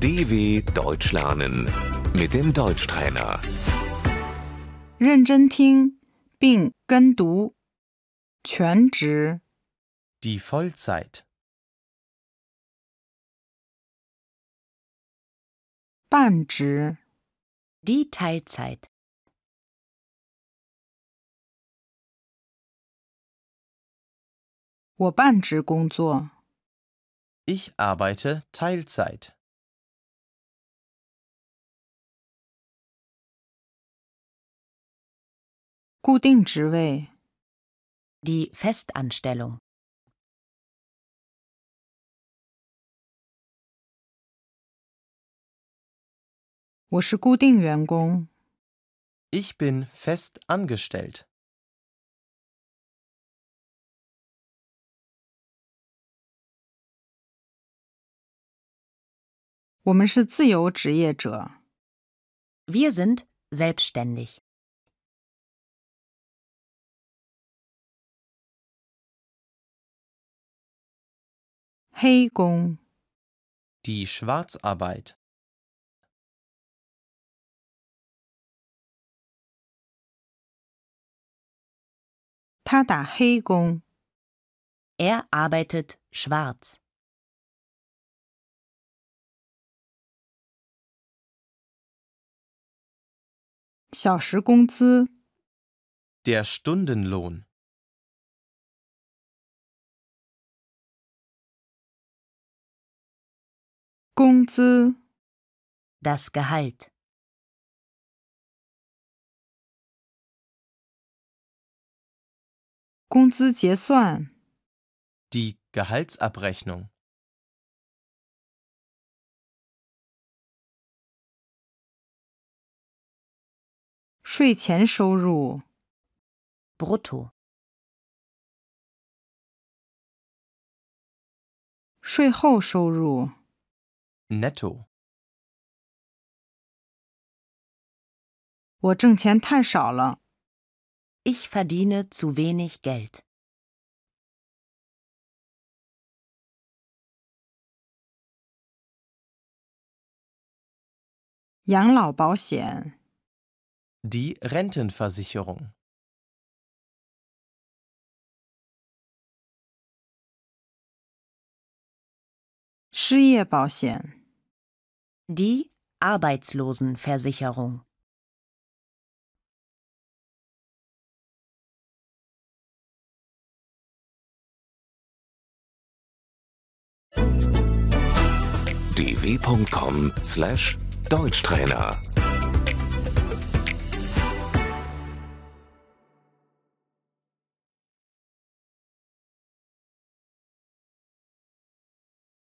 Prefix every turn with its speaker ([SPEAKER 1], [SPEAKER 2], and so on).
[SPEAKER 1] DW Deutsch lernen mit dem Deutschtrainer.
[SPEAKER 2] 认真听并跟读。全职
[SPEAKER 3] Die Vollzeit.
[SPEAKER 2] 半职
[SPEAKER 4] Die Teilzeit.
[SPEAKER 2] 我半职工作，
[SPEAKER 3] Ich arbeite Teilzeit.
[SPEAKER 2] 固定职位
[SPEAKER 4] Die Festanstellung.
[SPEAKER 2] 我是固定员工，
[SPEAKER 3] Ich bin fest angestellt.
[SPEAKER 2] 我们是自由职业者。
[SPEAKER 4] Wir sind selbstständig.
[SPEAKER 2] 黑工
[SPEAKER 3] Die Schwarzarbeit.
[SPEAKER 2] 他打黑工，
[SPEAKER 4] Er arbeitet schwarz.
[SPEAKER 2] 小时工资
[SPEAKER 3] Der Stundenlohn.
[SPEAKER 2] 工资
[SPEAKER 4] Das Gehalt.
[SPEAKER 2] 工资结算
[SPEAKER 3] Die Gehaltsabrechnung.
[SPEAKER 2] 税前收入
[SPEAKER 4] Brutto.
[SPEAKER 2] 税后收入
[SPEAKER 3] Netto.
[SPEAKER 2] 我挣钱太少了，
[SPEAKER 4] Ich verdiene zu wenig Geld.
[SPEAKER 2] 养老保险。
[SPEAKER 3] Die Rentenversicherung.
[SPEAKER 2] 失业保险、
[SPEAKER 4] Die Arbeitslosenversicherung.
[SPEAKER 1] dw.com/deutschtrainer